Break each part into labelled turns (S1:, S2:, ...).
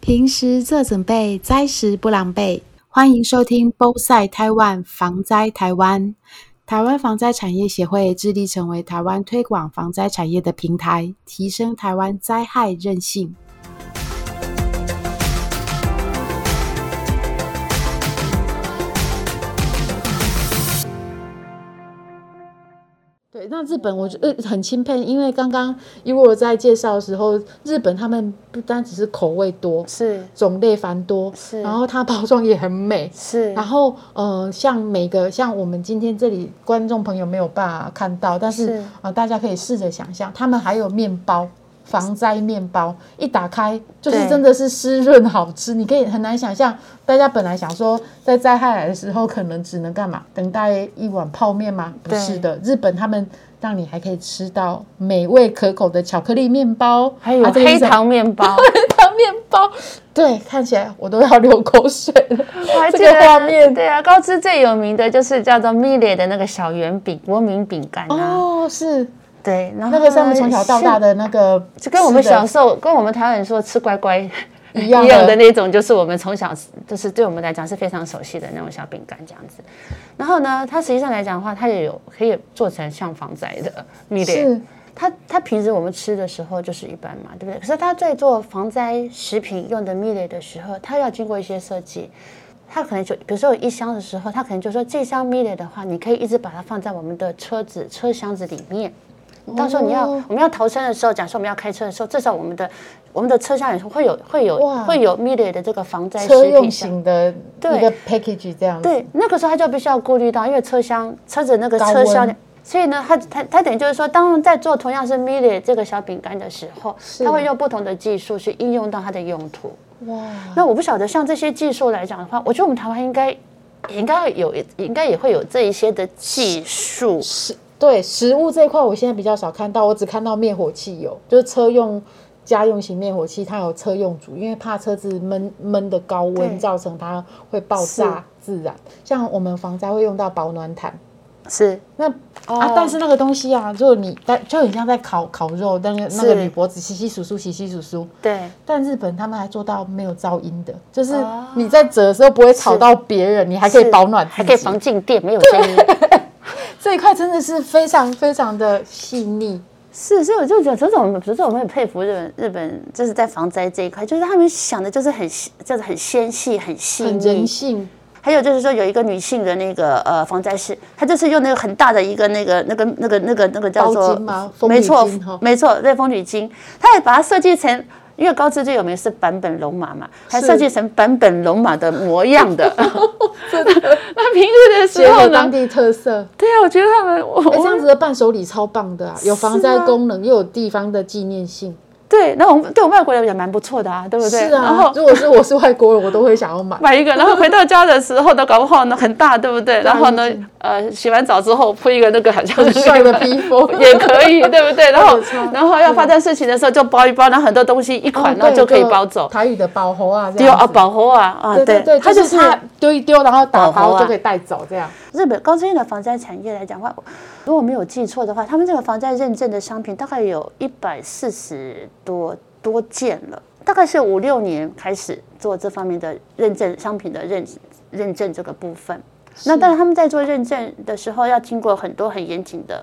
S1: 平时这准备，灾时不狼狈。欢迎收听《b o s i d e 台湾防灾台湾》。台湾防灾产业协会致力成为台湾推广防灾产业的平台，提升台湾灾害韧性。对，那日本我觉得呃很钦佩，因为刚刚因为我在介绍的时候，日本他们不单只是口味多，
S2: 是
S1: 种类繁多，
S2: 是
S1: 然后它包装也很美，
S2: 是
S1: 然后，呃，像每个像我们今天这里观众朋友没有办法看到，但是
S2: 是
S1: 啊、呃大家可以试着想象，他们还有面包，防灾面包，一打开就是
S2: 对
S1: 真的是湿润好吃，你可以很难想象，大家本来想说在灾害来的时候，可能只能干嘛，等待一碗泡面吗？不
S2: 对
S1: 是的，日本他们让你还可以吃到美味可口的巧克力面包，
S2: 还有
S1: 啊这个是
S2: 黑
S1: 什么
S2: 糖面包，
S1: 糖面包，对，看起来我都要流口水了。
S2: 我还
S1: 这
S2: 记
S1: 个
S2: 得
S1: 画面
S2: 对啊，高知最有名的就是叫做米列的那个小圆饼、国民饼干啊。
S1: 哦，是
S2: 对，然后
S1: 那个是他们从小到大
S2: 的，
S1: 的那个，
S2: 就呃跟我们
S1: 吃的
S2: 小时候，跟我们台湾人说吃乖乖
S1: 一
S2: 一
S1: 样的
S2: 样的那种，就是我们从小就是对我们来讲是非常熟悉的那种小饼干这样子。然后呢，它实际上来讲的话，它也有可以做成像防宅的米列。
S1: 是
S2: 它它平时我们吃的时候就是一般嘛，对不对？可是它在做防灾食品用的蜜类的时候，它要经过一些设计。它可能就，比如说有一箱的时候，它可能就说这箱蜜类的话，你可以一直把它放在我们的车子车箱子里面。到时候你要、
S1: 哦
S2: 我们要逃生的时候，假设我们要开车的时候，至少我们的我们的车厢里头会有会有
S1: 哇
S2: 会有蜜类的这个防灾
S1: 车
S2: 食
S1: 用
S2: 品箱。
S1: 型的一个 package 这样子。
S2: 对，那个时候他就必须要顾虑到，因为车厢车子那个
S1: 高
S2: 车厢
S1: 温，
S2: 所以呢，他他他等于就是说，当在做同样是 m i l l e 这个小饼干的时候，
S1: 是
S2: 他会用不同的技术去应用到它的用途。
S1: 哇，
S2: 那我不晓得像这些技术来讲的话，我觉得我们台湾应该。也应该有，应该也会有这一些的技术，
S1: 食对食物这一块，我现在比较少看到，我只看到灭火器有，就是车用。家用型灭火器，它有车用组，因为怕车子闷闷的高温
S2: 对
S1: 造成它会爆炸自燃。像我们防灾会用到保暖毯，
S2: 是
S1: 那、
S2: 哦
S1: 啊，但是那个东西啊，就你但就很像在烤烤肉，但是那个
S2: 是
S1: 铝箔纸稀稀疏疏，稀稀疏疏。
S2: 对，
S1: 但日本他们还做到没有噪音的，就是
S2: 哦
S1: 你在折的时候不会吵到别人，你还可以
S2: 是
S1: 保暖自己，
S2: 还可以防静电，没有声音。
S1: 这一块真的是非常非常的细腻，
S2: 是，所以我就觉得这种，这种我很佩服日本，日本就是在防灾这一块，就是他们想的就是很细，就是很纤细、很细
S1: 很
S2: 腻
S1: 人，性。
S2: 还有就是说，有一个女性的那个呃防灾师，她就是用那个很大的一个那个那个那个那个那个叫
S1: 包
S2: 做
S1: 巾吗风
S2: 没
S1: 女
S2: 错
S1: 巾哈
S2: 没错，对风女巾，她也把它设计成。因为高知最有名是坂本龙马嘛，还
S1: 是
S2: 设计成坂本龙马的模 样的。 那平日的
S1: 结
S2: 时候
S1: 合当
S2: 呢？
S1: 地特色，
S2: 对啊，我觉得他们我
S1: 哎，这
S2: 我
S1: 样子的伴手礼超棒的啊，有防灾
S2: 是啊
S1: 功能，又有地方的纪念性。
S2: 对，那我们对我们外国人也蛮不错的啊，对不对？
S1: 是
S2: 然
S1: 啊
S2: 后，
S1: 如果是我是外国人，我都会想要 买。
S2: 买一个，然后回到家的时候呢，搞不好呢很大，对不对？然后呢
S1: 一件，
S2: 呃，洗完澡之后铺一个那个好像
S1: 很帅的披风
S2: 也可以，对 不对？然后
S1: 没错，
S2: 然后要发生事情的时候就包一包，然后很多东西一款，然后就可以包走。
S1: 哦台语的保猴啊，这
S2: 丢
S1: 样
S2: 啊，
S1: 子。
S2: 保护啊，啊，
S1: 对对对，
S2: 它
S1: 就
S2: 就是是
S1: 它丢一丢，然后打
S2: 保猴
S1: 包
S2: 啊
S1: 就可以带走，这样
S2: 日本高知县的防灾产业来讲的话，如果没有记错的话，他们这个防灾认证的商品大概有一百四十多多件了，大概是五六年开始做这方面的认证商品的认认证这个部分。那当然，他们在做认证的时候，要经过很多很严谨的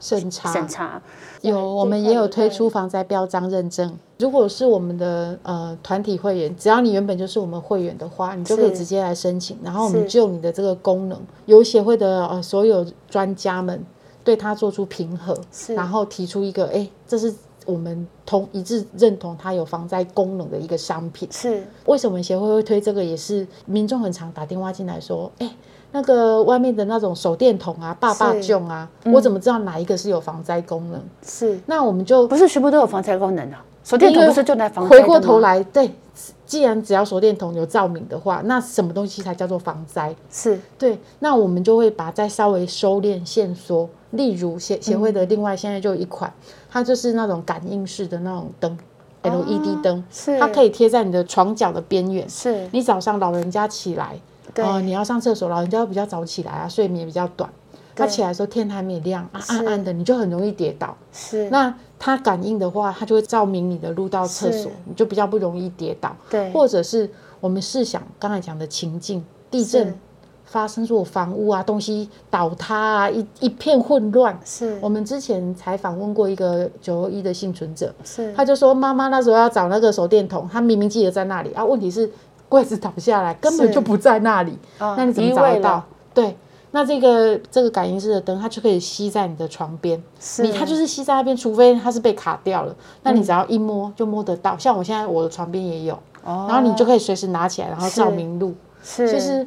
S1: 审查
S2: 审查。
S1: 有，我们也有推出防灾标章认证。如果是我们的呃团体会员，只要你原本就是我们会员的话，你就可以
S2: 是
S1: 直接来申请，然后我们
S2: 是
S1: 就你的这个功能，由协会的呃所有专家们对它做出评核，
S2: 是
S1: 然后提出一个，哎，这是我们同一致认同它有防灾功能的一个商品。
S2: 是
S1: 为什么协会会推这个？也是民众很常打电话进来说，哎、那个外面的那种手电筒啊、爸爸
S2: 是嗯
S1: 囧啊，我怎么知道哪一个是有防灾功能？
S2: 是，
S1: 那我们就
S2: 不是全部都有防灾功能的、啊手电
S1: 因
S2: 筒
S1: 为
S2: 不是就来防灾
S1: 回
S2: 的
S1: 过头
S2: 吗
S1: 来，对，既然只要手电筒有照明的话，那什么东西才叫做防灾？
S2: 是
S1: 对，那我们就会把再稍微收敛线索，例如协协会的另外现在就有一款，它就是那种感应式的那种灯，LED 灯，
S2: 啊是
S1: 它可以贴在你的床角的边缘。
S2: 是，
S1: 你早上老人家起来，
S2: 对
S1: 呃你要上厕所，老人家比较早起来啊，睡眠比较短。他
S2: 对
S1: 起来的时候天还没亮啊，暗
S2: 是
S1: 暗的，你就很容易跌倒。
S2: 是
S1: 那它感应的话，它就会照明你的路到厕
S2: 是
S1: 所，你就比较不容易跌倒。
S2: 对，
S1: 或者是我们试想刚才讲的情境，地
S2: 是
S1: 震发生，如果房屋啊东西倒塌啊，一一片混乱。
S2: 是
S1: 我们之前才访问过一个九二一的幸存者，
S2: 是
S1: 他就说妈妈那时候要找那个手电筒，他明明记得在那里啊，问题是柜子倒下来根本
S2: 是
S1: 就不在那里，
S2: 啊
S1: 那你怎么
S2: 移
S1: 找
S2: 位
S1: 得
S2: 了
S1: 到？对，那这个这个感应式的灯，它就可以吸在你的床边，
S2: 是
S1: 你它就是吸在那边，除非它是被卡掉了，那
S2: 嗯
S1: 你只要一摸就摸得到。像我现在我的床边也有，然后你就可以随时拿起来，然后照
S2: 哦是
S1: 明路。
S2: 是
S1: 其实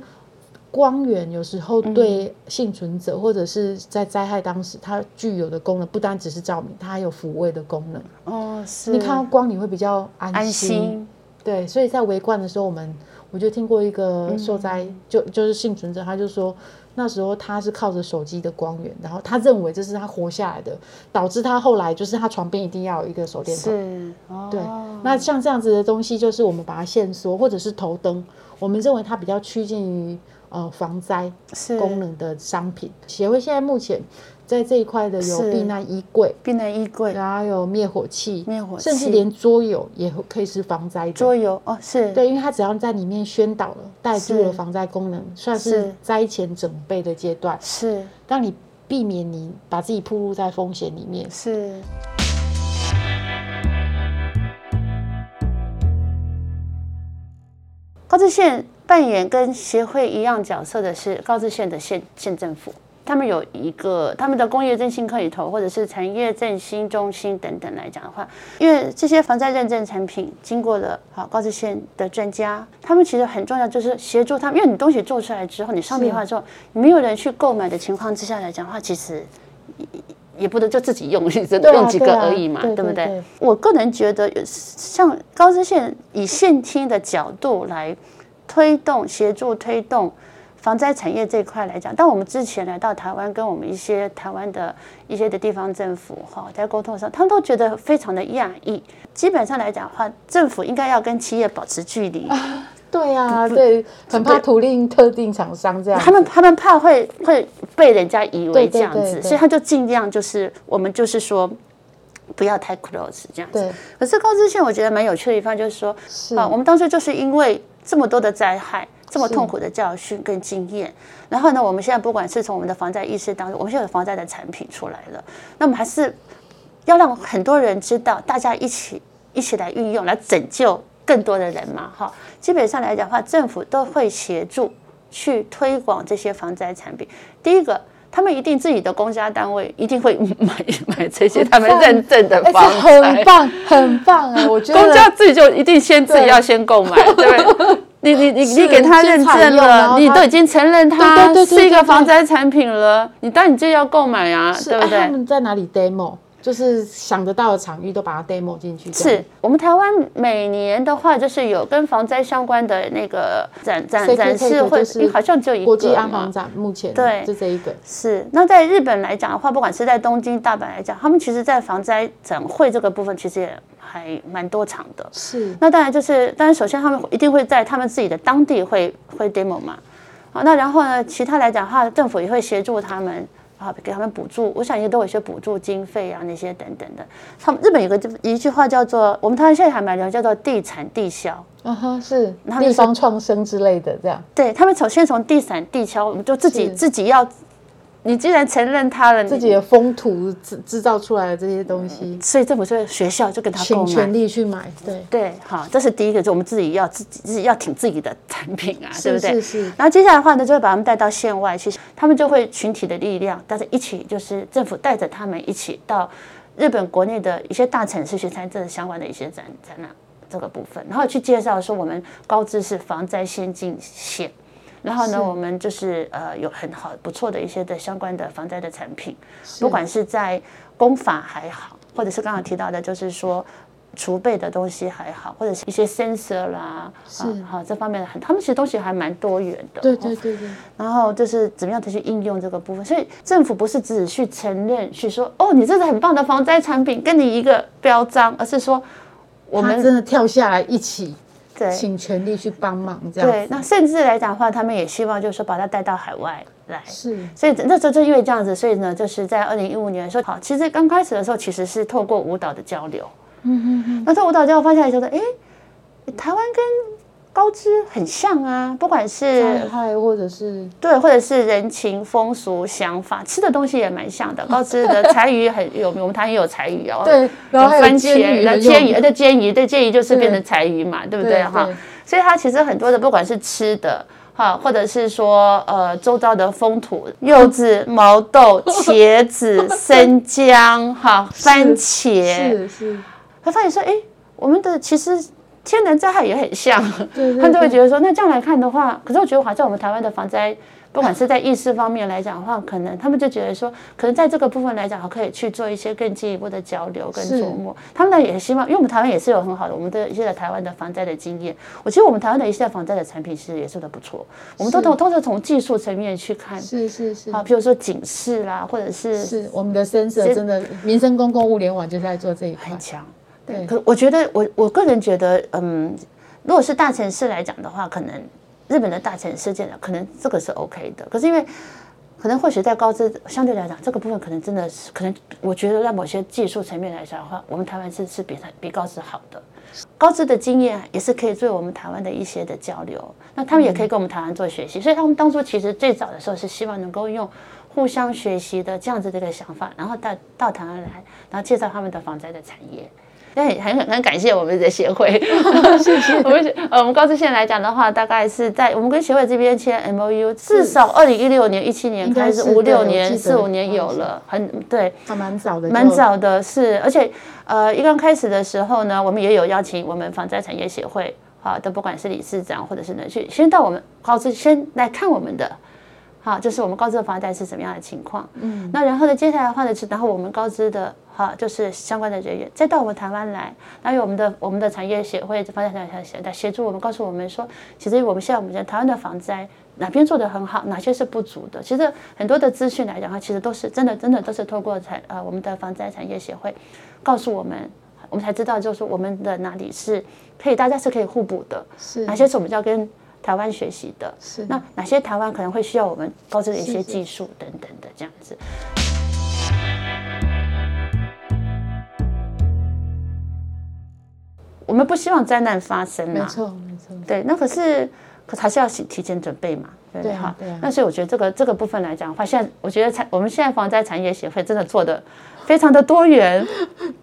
S1: 光源有时候
S2: 嗯
S1: 对幸存者或者是在灾害当时，它具有的功能不单只是照明，它还有抚慰的功能。
S2: 哦是
S1: 你看到光，你会比较安
S2: 安心
S1: 对，所以在围观的时候，我们我就听过一
S2: 嗯
S1: 个受灾、就就是幸存者，他就说那时候他是靠着手机的光源，然后他认为这是他活下来的，导致他后来就是他床边一定要有一个手电筒。
S2: 是哦
S1: 对，那像这样子的东西，就是我们把它限缩或者是头灯，我们认为它比较趋近于呃防灾
S2: 是
S1: 功能的商品。协会现在目前在这一块的有
S2: 是
S1: 避难衣柜，
S2: 避难衣柜
S1: 然后还有灭火器，
S2: 灭火
S1: 甚至
S2: 器
S1: 连桌游也可以是防灾的。
S2: 桌游哦是
S1: 对，因为它只要在里面宣导了，带入了防灾功能，算
S2: 是
S1: 是灾前准备的阶段，
S2: 是
S1: 让你避免你把自己暴露在风险里面。
S2: 是高知县扮演跟协会一样角色的是高知县的县县政府，他们有一个他们的工业振兴课里头，或者是产业振兴中心等等来讲的话，因为这些防灾认证产品经过了好高知县的专家，他们其实很重要，就是协助他们，因为你东西做出来之后，你商品化之后，没有人去购买的情况之下来讲的话，其实也。也不能就自己用， 只能
S1: 对啊
S2: 用几
S1: 对
S2: 个
S1: 啊
S2: 而已嘛，
S1: 对
S2: 不
S1: 对对
S2: 我个人觉得，像高知县以县厅的角度来推动、协助推动防灾产业这一块来讲，但我们之前来到台湾，跟我们一些台湾的一些的地方政府哈，在沟通上，他们都觉得非常的讶异。基本上来讲的话，政府应该要跟企业保持距离，
S1: 对啊，对，很怕图令特定厂商这样。
S2: 他们他们怕会会被人家以为
S1: 对对
S2: 这样
S1: 对
S2: 子，
S1: 对
S2: 所以他就尽量就是我们就是说不要太 close 这样子。
S1: 对
S2: 可是高知县我觉得蛮有趣的地方就是说，
S1: 是
S2: 啊，我们当初就是因为这么多的灾害。这么痛苦的教训跟经验，然后呢，我们现在不管是从我们的防灾意识当中，我们现在有防灾的产品出来了，那我们还是要让很多人知道，大家一起一起来运用，来拯救更多的人嘛，哈。基本上来讲的话，政府都会协助去推广这些防灾产品。第一个，他们一定自己的公家单位一定会买 买这些他们认证的
S1: 哦哎，这
S2: 防
S1: 很
S2: 灾，
S1: 棒，很棒啊！我觉
S2: 公
S1: 得
S2: 家自己就一定先自己
S1: 对
S2: 要先购买，对 不对？你你你你
S1: 是
S2: 给他
S1: 先
S2: 认
S1: 采
S2: 证
S1: 用然
S2: 了，
S1: 后
S2: 你
S1: 他
S2: 都已经承认它
S1: 对对对对
S2: 是一个
S1: 对对
S2: 防灾产品了，你当然就要购买啊，
S1: 是
S2: 对不
S1: 哎
S2: 对
S1: 他？们在哪里 demo，就是想得到的场域都把它 demo 进去。这样
S2: 是我们台湾每年的话，就是有跟防灾相关的那个展展
S1: Secretary
S2: 展示会，
S1: 就是
S2: 因为好像就一个
S1: 国际安嗯
S2: 嘛
S1: 防展目前
S2: 对
S1: 就这一个。
S2: 是，那在日本来讲的话，不管是在东京、大阪来讲，他们其实在防灾展会这个部分，其实也还蛮多场的。
S1: 是
S2: 那当然就是，当然首先他们一定会在他们自己的当地会会 demo 嘛，好，那然后呢，其他来讲的话，政府也会协助他们。啊，给他们补助，我想也都有一些补助经费啊，那些等等的。他们日本有个一句话叫做，我们台湾现在还蛮流行，叫做地产地销。
S1: 啊哈，是
S2: 他们
S1: 地
S2: 是
S1: 方创生之类的这样。
S2: 对他们首先从地产地销，我们就自己
S1: 是
S2: 自己要，你既然承认它了，
S1: 自
S2: 你
S1: 己的风土制制造出来的这些东西，
S2: 所以政府就学校就跟嗯他
S1: 请
S2: 购
S1: 全
S2: 买。
S1: 力去买，对，
S2: 对，好，这是第一个，就我们自己要自己自己要挺自己的产品啊，对
S1: 是
S2: 不对？
S1: 是是，
S2: 然后接下来的话呢，就会把他们带到县外去，他们就会群体的力量，但是一起就是政府带着他们一起到日本国内的一些大城市去参政相关的一些展展览这个部分，然后去介绍说我们高知是防灾先进县。然后呢，我们就是呃有很好不错的一些的相关的防灾的产品，不管是在工法还好，或者是刚刚提到的，就是说储备的东西还好，或者是一些 sensor 啦，是好、这方面的很，他们其实东西还蛮多元的。
S1: 对对对对，
S2: 然后就是怎么样的去应用这个部分。所以政府不是只去承认去说哦，你这是很棒的防灾产品，跟你一个标章，而是说我
S1: 我
S2: 们
S1: 们真的跳下来一起
S2: 对
S1: 请全力去帮忙这样子。
S2: 对，那甚至来讲的话，他们也希望就是说把它带到海外来。
S1: 是
S2: 所以那时候就因为这样子，所以呢，就是在二零一五年的时候，好，其实刚开始的时候其实是透过舞蹈的交流，嗯嗯嗯，那透过舞蹈交流发现来觉得，哎，台湾跟高知很像啊，不管
S1: 灾
S2: 是
S1: 害或者是
S2: 对，或者是人情风俗想法，吃的东西也蛮像 的。高知的柴鱼很有名，我们台湾也有柴鱼哦，
S1: 对，然后还有
S2: 番
S1: 煎鱼的
S2: 茄，那
S1: 用
S2: 煎鱼，对煎鱼，对煎鱼就是变
S1: 对
S2: 成柴鱼嘛，对不
S1: 对
S2: 对哈
S1: 对？
S2: 所以它其实很多的，不管是吃的哈，或者是说呃周遭的风土，
S1: 嗯
S2: 柚子、毛豆、茄子、生姜哈、番茄，
S1: 是是，
S2: 会发现说，哎，我们的其实天然灾害也很像，
S1: 对对
S2: 他们就会
S1: 对
S2: 觉得说，那这样来看的话，可是我觉得好像我们台湾的防灾。不管是在意识方面来讲的话，可能他们就觉得说，可能在这个部分来讲，可以去做一些更进一步的交流跟
S1: 是
S2: 琢磨。他们呢也希望，因为我们台湾也是有很好的我们的一些在台湾的防灾的经验。我觉得我们台湾的一些防灾的产品是也做得不错。我们都
S1: 是
S2: 通通常从技术层面去看
S1: 是是是
S2: 啊，比如说警示啦，或者是
S1: 是，我们的 sensor 真的民生公共物联网就是在做这一块
S2: 很，强。
S1: 对
S2: 可我觉得我我个人觉得，嗯，如果是大城市来讲的话，可能日本的大城市建的可能这个是 OK 的。可是因为可能或许在高知相对来讲，这个部分可能真的是可能，我觉得在某些技术层面来讲的话，我们台湾是是比它比高知好的。高知的经验也是可以作为我们台湾的一些的交流，那他们也可以跟我们台湾做学习，所以他们当初其实最早的时候是希望能够用互相学习的这样子的一个想法，然后到到台湾来，然后介绍他们的防灾的产业。但也很很很感谢我们的协会，
S1: 哦
S2: 谢谢。 我们呃，我们高知县来讲的话，大概是在我们跟协会这边签 M O U，至少二零一六年、一七年
S1: 应该
S2: 开始，
S1: 是
S2: 五
S1: 对
S2: 六
S1: 我记
S2: 年、
S1: 得哦
S2: 四五年
S1: 好
S2: 有
S1: 像
S2: 了，很对。
S1: 还蛮早的，
S2: 蛮。早的是，而且呃，一刚开始的时候呢，我们也有邀请我们防灾产业协会啊的，不管是理事长或者是人去，先到我们高知先来看我们的。好，就是我们高知的房贷是什么样的情况，嗯，那然后呢，接下来的话呢是，然后我们高知的哈，就是相关的人员再到我们台湾来，然后有我们的我们的产业协会、房地产产协来协助我们，告诉我们说，其实我们现在我们在台湾的防灾哪边做得很好，哪些是不足的。其实很多的资讯来讲的话，其实都是真的，真的都是透过产呃我们的防灾产业协会告诉我们，我们才知道就是说我们的哪里是可以大家是可以互补的，
S1: 是
S2: 哪些是我们要跟台湾学习的，
S1: 是
S2: 哎那哪些台湾可能会需要我们高知的一
S1: 是
S2: 些
S1: 是
S2: 技术等等的这样子。我们不希望灾难发生
S1: 没
S2: 啊，
S1: 错没错，
S2: 对，那可是可还是要提提前准备嘛，对不
S1: 对啊
S2: 哈
S1: 对啊
S2: 那所以我觉得这个这个部分来讲的话，现在我觉得产我们现在防灾产业协会真的做的非常的多元，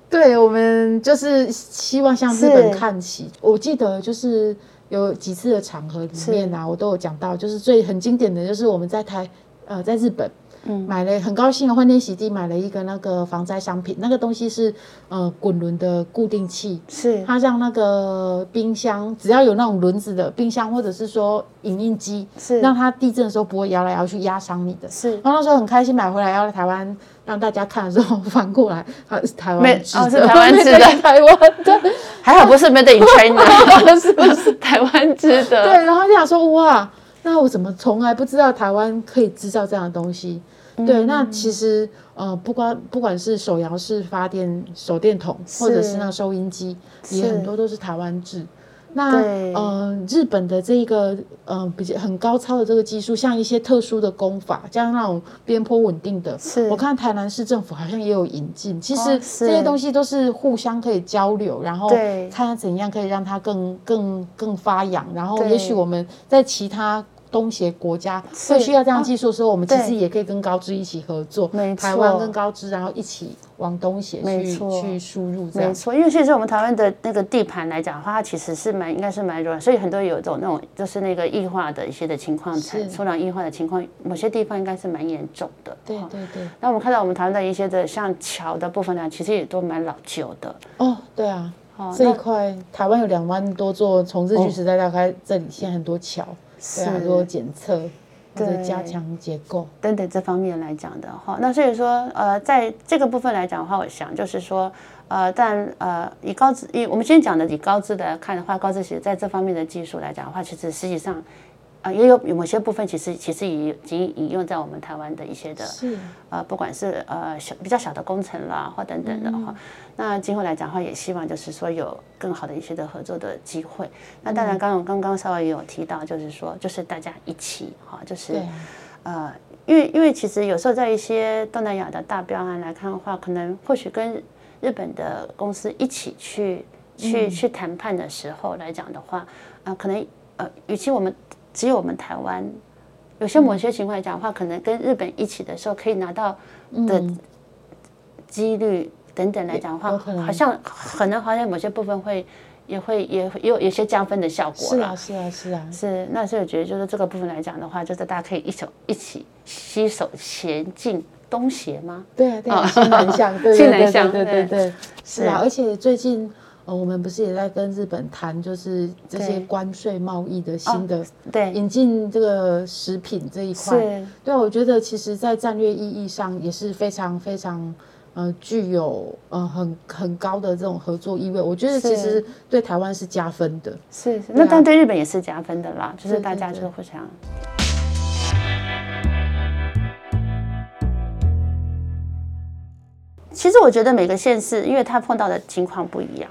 S1: 对我们就是希望向日
S2: 是
S1: 本看齐。我记得就是有几次的场合里面啊，我都有讲到，就是最很经典的就是我们在台呃在日本。嗯，买了很高兴的欢天喜地买了一个那个防灾商品，那个东西是呃滚轮的固定器，
S2: 是
S1: 它让那个冰箱只要有那种轮子的冰箱或者是说影印机，
S2: 是
S1: 让它地震的时候不会摇来摇去压伤你的。
S2: 是
S1: 然后那时候很开心买回来，要来台湾让大家看的时候，翻过来，啊，是台
S2: 没
S1: 湾制的，
S2: 哦是 台湾制的
S1: 对台 湾的，
S2: 还好不是 Made in China，是不 是台湾制的？
S1: 对，然后就想说哇，那我怎么从来不知道台湾可以制造这样的东西？对，那
S2: 嗯
S1: 其实呃，不光不管是手摇式发电手电筒，或者
S2: 是
S1: 是那收音机，也
S2: 是
S1: 很多都是台湾制。那
S2: 对
S1: 呃，日本的这一个呃比较很高超的这个技术，像一些特殊的工法，像那种边坡稳定的，
S2: 是
S1: 我看台南市政府好像也有引进。其
S2: 哦
S1: 实
S2: 是
S1: 这些东西都是互相可以交流，然后
S2: 对
S1: 看怎样可以让它更更更发扬。然后
S2: 对
S1: 也许我们在其他东协国家
S2: 是哦
S1: 会需要这样技术的时候，我们其
S2: 对
S1: 实也可以跟高知一起合作
S2: 没，
S1: 台湾
S2: 错
S1: 跟高知，然后一起往东协
S2: 没
S1: 去
S2: 错
S1: 去输入这
S2: 没
S1: 样。
S2: 错，因为其实我们台湾的那个地盘来讲的话，它其实是蛮应该是蛮软，所以很多有一种那种就是那个异化的一些的情况产
S1: 是
S2: 出，让异化的情况，某些地方应该是蛮严重的。
S1: 对
S2: 哦
S1: 对对，
S2: 那我们看到我们台湾的一些的像桥的部分呢，其实也都蛮老旧的。
S1: 哦，对啊，
S2: 哦
S1: 这一
S2: 那
S1: 块台湾有两万多座，从日据时代到开，这里现在很多桥，对啊，
S2: 哦是
S1: 很多检测或者
S2: 对
S1: 加强结构。
S2: 等等这方面来讲的话，那所以说，呃，在这个部分来讲的话，我想就是说，呃，但呃，以高知，以我们先讲的以高知的来看的话，高知其实在这方面的技术来讲的话，其实实际上啊，也有有某些部分其实其实已已经引用在我们台湾的一些的
S1: 是
S2: 呃，不管是呃小比较小的工程啦，或等等的哈、那今后来讲的话，也希望就是说有更好的一些的合作的机会。那当然，刚刚刚刚稍微也有提到，就是说，就是大家一起哈、就是
S1: 对啊
S2: 呃，因为因为其实有时候在一些东南亚的大标案来看的话，可能或许跟日本的公司一起去
S1: 嗯
S2: 去、去谈判的时候来讲的话，啊、可能呃，与其我们只有我们台湾。有些某些情况来讲的话，可能跟日本一起的时候，可以拿到的几率等等来讲的话，
S1: 嗯有可能
S2: 好像可能好像某些部分会也会也也有有些加分的效果
S1: 是
S2: 啦
S1: 啊，。是啊，是啊，
S2: 是，那所以我觉得就是这个部分来讲的话，就是大家可以一手一起携手前进，东协吗？
S1: 对啊，对啊，新南 向，对
S2: 新
S1: 对
S2: 南
S1: 对
S2: 向
S1: 对对对
S2: 对
S1: 对，是啊，
S2: 是
S1: 而且最近。呃，我们不是也在跟日本谈，就是这些
S2: 对哦
S1: 关税贸易的新的
S2: 对，
S1: 引进这个食品这一块。
S2: 是
S1: 对啊，我觉得其实，在战略意义上也是非常非常呃具有呃很很高的这种合作意味。我觉得其
S2: 是
S1: 实对台湾是加分的。
S2: 是，是那当然对日本也是加分的啦，就是
S1: 啊对
S2: 大
S1: 对
S2: 家
S1: 对
S2: 就是互相。其实我觉得每个县市，因为他碰到的情况不一样。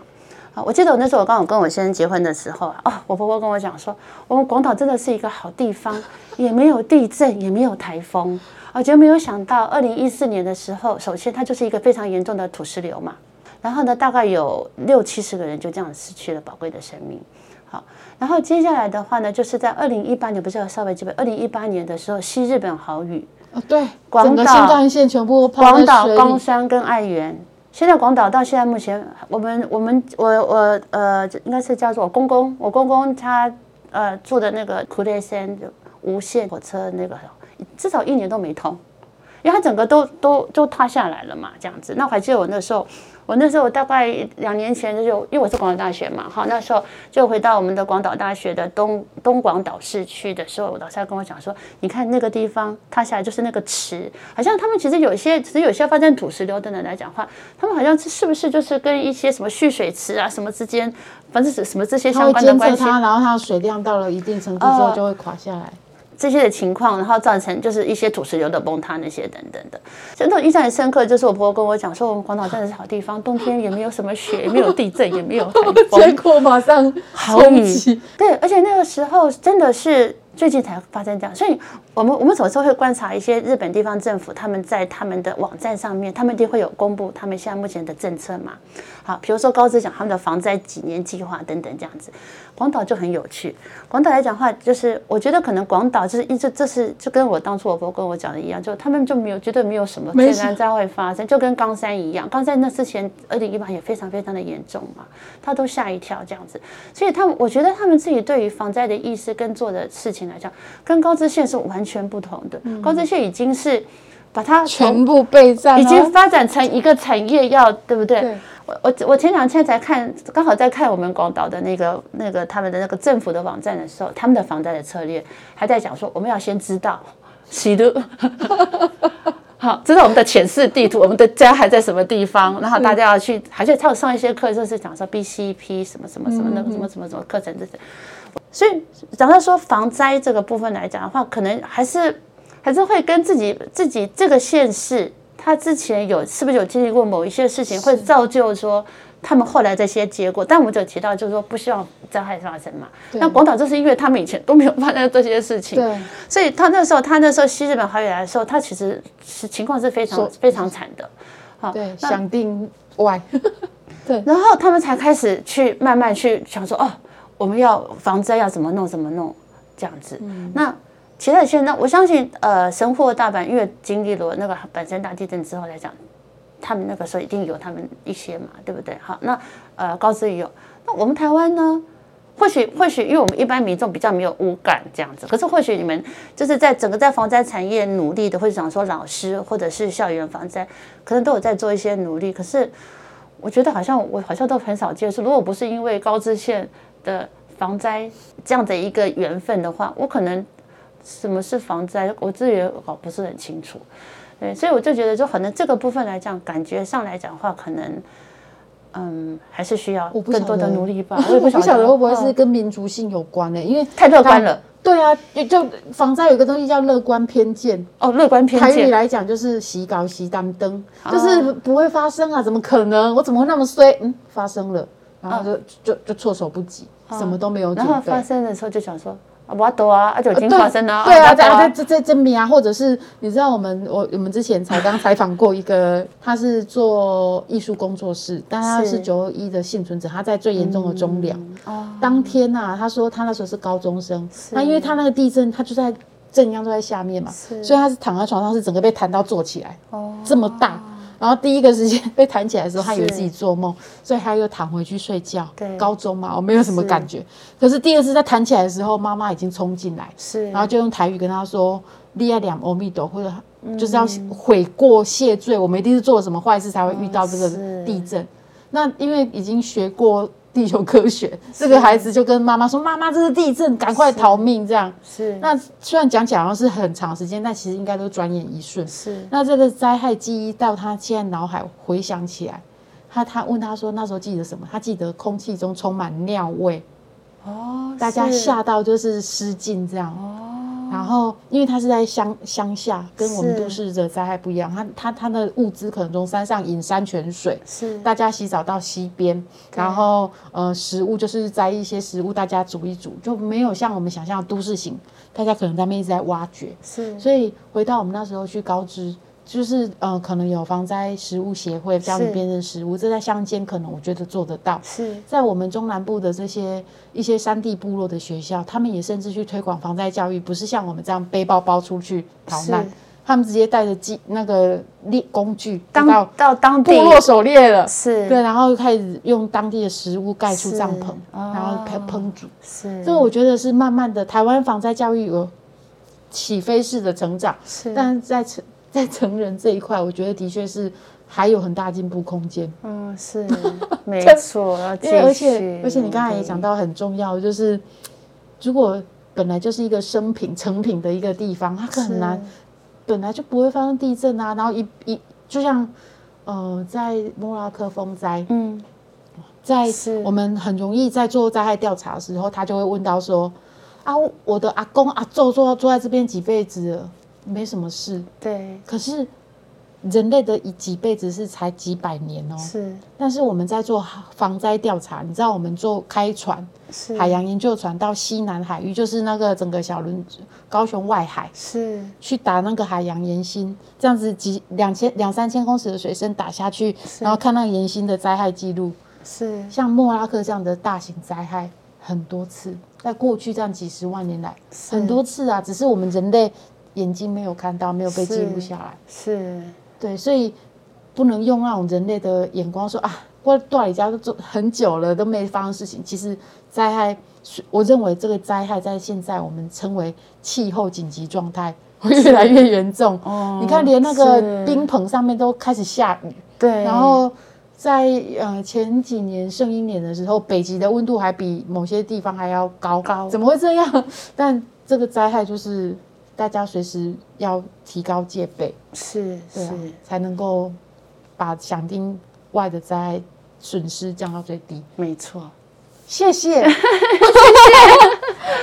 S2: 啊，我记得我那时候我刚好跟我先生结婚的时候啊，哦，我婆婆跟我讲说，我们广岛真的是一个好地方， 也没有地震，也没有台风。我觉得没有想到，二零一四年的时候，首先它就是一个非常严重的土石流嘛，然后呢，大概有六七十个人就这样失去了宝贵的生命。好，然后接下来的话呢，就是在二零一八年，不是有稍微基本，二零一八年的时候，西日本豪雨，
S1: 哦，对，
S2: 广
S1: 整个
S2: 岛
S1: 新干线全部泡
S2: 广
S1: 在
S2: 岛、
S1: 水
S2: 冈
S1: 里。
S2: 山跟爱媛。现在广岛到现在目前，我们我们我我呃，这应该是叫做我公公，我公公他呃住的那个库列山无线火车那个，至少一年都没通，因为他整个都都都塌下来了嘛，这样子。那我还记得我那时候。我那时候大概两年前就有，因为我是广岛大学嘛，好，那时候就回到我们的广岛大学的东东广岛市区的时候，我老师还跟我讲说，你看那个地方塌下来就是那个池，好像他们其实有一些，其实有些发展土石流等等来讲话，他们好像是是不是就是跟一些什么蓄水池啊什么之间，反正是什么这些
S1: 它
S2: 相
S1: 会
S2: 关的
S1: 监
S2: 关
S1: 测
S2: 系，
S1: 它，然后它的水量到了一定程度之后
S2: 哦
S1: 就会垮下来。
S2: 这些的情况，然后造成就是一些土石流的崩塌那些等等的。所以那种印象很深刻，就是我婆婆跟我讲说，我们广岛真的是好地方，冬天也没有什么雪，也没有地震，也没有台
S1: 结
S2: 风，
S1: 果马上
S2: 好
S1: 冲
S2: 雨
S1: 击。。
S2: 对，而且那个时候真的是最近才发生这样，所以我们我们有时候会观察一些日本地方政府，他们在他们的网站上面，他们一定会有公布他们现在目前的政策嘛。好，比如说高知讲他们的防灾几年计划等等这样子。广岛就很有趣。广岛来讲的话，就是我觉得可能广岛就是一直这是就跟我当初我婆跟我讲的一样，就他们就没有绝对没有什么
S1: 没
S2: 天
S1: 事
S2: 然灾害发生，就跟冈山一样。冈山那之前二零一八也非常非常的严重嘛，他都吓一跳这样子。所以他们我觉得他们自己对于防灾的意识跟做的事情来讲，跟高知县是完全不同的。高知县已经是把它从
S1: 全部备战，
S2: 已
S1: 然
S2: 经
S1: 后
S2: 发展成一个产业要，对不对？
S1: 对
S2: 我我我前两天才看，刚好在看我们广岛的那个那个他们的那个政府的网站的时候，他们的防灾的策略还在讲说，我们要先知道喜乐， 好，知道我们的潜势地图，我们的家还在什么地方，然后大家要去，而且他有上一些课就是讲说 BCP 什么什么什么那个什么什么什么课程这些，所以讲到说防灾这个部分来讲的话，可能还是还是会跟自己自己这个县市，他之前有是不是有经历过某一些事情，会造就说他们后来这些结果。但我们就提到，就是说不希望灾害发生嘛。那广岛就是因为他们以前都没有发生这些事情，
S1: 对
S2: 所以他那时候他那时候西日本豪雨来的时候，他其实是情况是非常非常惨的。好，
S1: 对
S2: 那
S1: 想定外，
S2: 然后他们才开始去慢慢去想说，哦，我们要防灾要怎么弄怎么弄这样子。那其他的现在，我相信呃，神户大阪因为经历了那个阪神大地震之后来讲，他们那个时候一定有他们一些嘛，对不对？好，那呃，高知也有，那我们台湾呢？或许或许，因为我们一般民众比较没有污感这样子，可是或许你们就是在整个在防灾产业努力的，或者想说老师或者是校园防灾，可能都有在做一些努力，可是我觉得好像我好像都很少接触。如果不是因为高知县的防灾这样的一个缘分的话，我可能什么是防灾，我自己也搞不是很清楚。对，所以我就觉得，就可能这个部分来讲，感觉上来讲的话，可能嗯，还是需要
S1: 我不晓
S2: 更
S1: 得
S2: 多的努力吧。
S1: 我不晓得会不会是
S2: 嗯
S1: 跟民族性有关欸呢、因为
S2: 太乐观了
S1: 对啊，就就防灾有一个东西叫乐观偏见，哦
S2: 哦，乐观偏
S1: 台语
S2: 见。
S1: 来讲就是洗稿洗单灯，就是不会发生啊，怎么可能？我怎么会那么衰？嗯，发生了，然后就、就就措手不及，什么都没有准
S2: 然后
S1: 备。
S2: 发生的时候就想说，啊我懂啊，啊就已经发生了，
S1: 对啊，
S2: 对
S1: 在
S2: 啊
S1: 在，在在证明啊，或者是你知道我们我我们之前才刚采访过一个，他是做艺术工作室，但他
S2: 是
S1: 是九二一的幸存者，他在最严重的中寮，
S2: 哦
S1: 当天呐、啊，他说他那时候是高中生，那因为他那个地震，他就在震央都在下面嘛，所以他是躺在床上是整个被弹到坐起来，
S2: 哦
S1: 这么大。然后第一个时间被弹起来的 时候，他以为
S2: 是
S1: 自己做梦，所以他又躺回去睡觉。
S2: 对
S1: 高中嘛，我没有什么
S2: 是
S1: 感觉。可是第二次在弹起来的时候，妈妈已经冲进来，
S2: 是，
S1: 然后就用台语跟他说“利爱两阿弥陀”，或者
S2: 嗯
S1: 就是要悔过谢罪。我们一定是做了什么坏事才会遇到这个
S2: 嗯是
S1: 地震。那因为已经学过地球科学，这个孩子就跟妈妈说：“妈妈，这是地震，赶快逃命！”这样。
S2: 是
S1: 那虽然讲起来好像是很长时间，但其实应该都转眼一瞬。
S2: 是
S1: 那这个灾害记忆到他现在脑海回想起来，他他问他说那时候记得什么？他记得空气中充满尿味。
S2: 哦，
S1: 大家
S2: 是哦
S1: 吓到就是失禁这样。然后，因为它是在乡乡下，跟我们
S2: 是
S1: 都市的灾害不一样，它它它的物资可能从山上引山泉水，
S2: 是
S1: 大家洗澡到溪边，然后呃食物就是摘一些食物，大家煮一煮，就没有像我们想象的都市型，大家可能在那边一直在挖掘。
S2: 是
S1: 所以回到我们那时候去高知，就是呃可能有防灾食物协会教你
S2: 是
S1: 辨认食物，这在乡间可能我觉得做得到。
S2: 是
S1: 在我们中南部的这些一些山地部落的学校，他们也甚至去推广防灾教育，不是像我们这样背包包出去逃难
S2: 是，
S1: 他们直接带着机那个猎工具
S2: 当
S1: 到
S2: 到当
S1: 部
S2: 地
S1: 落狩猎了，
S2: 是
S1: 对，然后开始用当地的食物盖出
S2: 是
S1: 帐篷，
S2: 哦
S1: 然后烹烹煮。
S2: 是
S1: 这我觉得是慢慢的，台湾防灾教育有起飞式的成长，
S2: 是
S1: 但是在成 在成人这一块，我觉得的确是还有很大进步空间。
S2: 嗯是 没
S1: 这
S2: 错，要继
S1: 对，而
S2: 续
S1: 且而且你刚才也讲
S2: 对
S1: 到很重要，就是如果本来就是一个生品成品的一个地方，它很难，本来就不会发生地震啊。然后一一就像呃，在莫拉克风灾，
S2: 嗯
S1: 在
S2: 是
S1: 我们很容易在做灾害调查的时候，他就会问到说啊，我的阿公阿祖坐坐在这边几辈子了，没什么事。
S2: 对
S1: 可是人类的一几辈子是才几百年哦，
S2: 是
S1: 但是我们在做防灾调查，你知道我们做开船
S2: 是
S1: 海洋研究船到西南海域，就是那个整个小轮高雄外海
S2: 是
S1: 去打那个海洋岩心，这样子几两千两三千公尺的水深打下去，然后看那个岩心的灾害记录。
S2: 是
S1: 像莫拉克这样的大型灾害很多次，在过去这样几十万年来很多次啊，只是我们人类眼睛没有看到，没有被记录
S2: 是
S1: 下来。
S2: 是
S1: 对，所以不能用那种人类的眼光说啊，我住在家都做很久了，都没发生事情。其实灾害，我认为这个灾害在现在我们称为气候紧急状 态，会越来越严重。
S2: 哦
S1: 你看，连那个
S2: 是
S1: 冰棚上面都开始下雨，
S2: 对，
S1: 然后。在呃前几年圣婴年的时候，北极的温度还比某些地方还要高，
S2: 高
S1: 怎么会这样？ 但这个灾害就是大家随时要提高戒备。
S2: 是
S1: 对啊
S2: 是，
S1: 才能够把想定外的灾害损失降到最低。
S2: 没错。
S1: 谢 谢，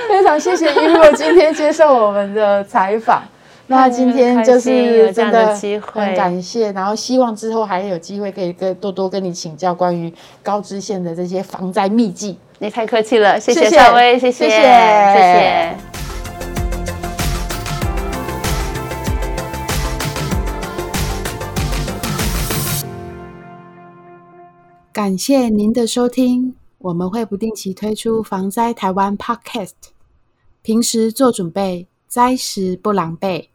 S1: 非常谢谢一路今天接受我们的采 访。那今天就
S2: 开心有
S1: 是
S2: 这
S1: 真
S2: 样的
S1: 的
S2: 机会
S1: 很感谢，然后希望之后还有机会可以跟多多跟你请教关于高知县的这些防灾秘籍。
S2: 你太客气了，谢
S1: 谢
S2: 谢
S1: 谢
S2: 夏薇，谢
S1: 谢
S2: 谢
S1: 谢
S2: 谢
S3: 感谢您的收听，我们会不定期推出防灾台湾 Podcast。平时做准备，灾时不狼狈。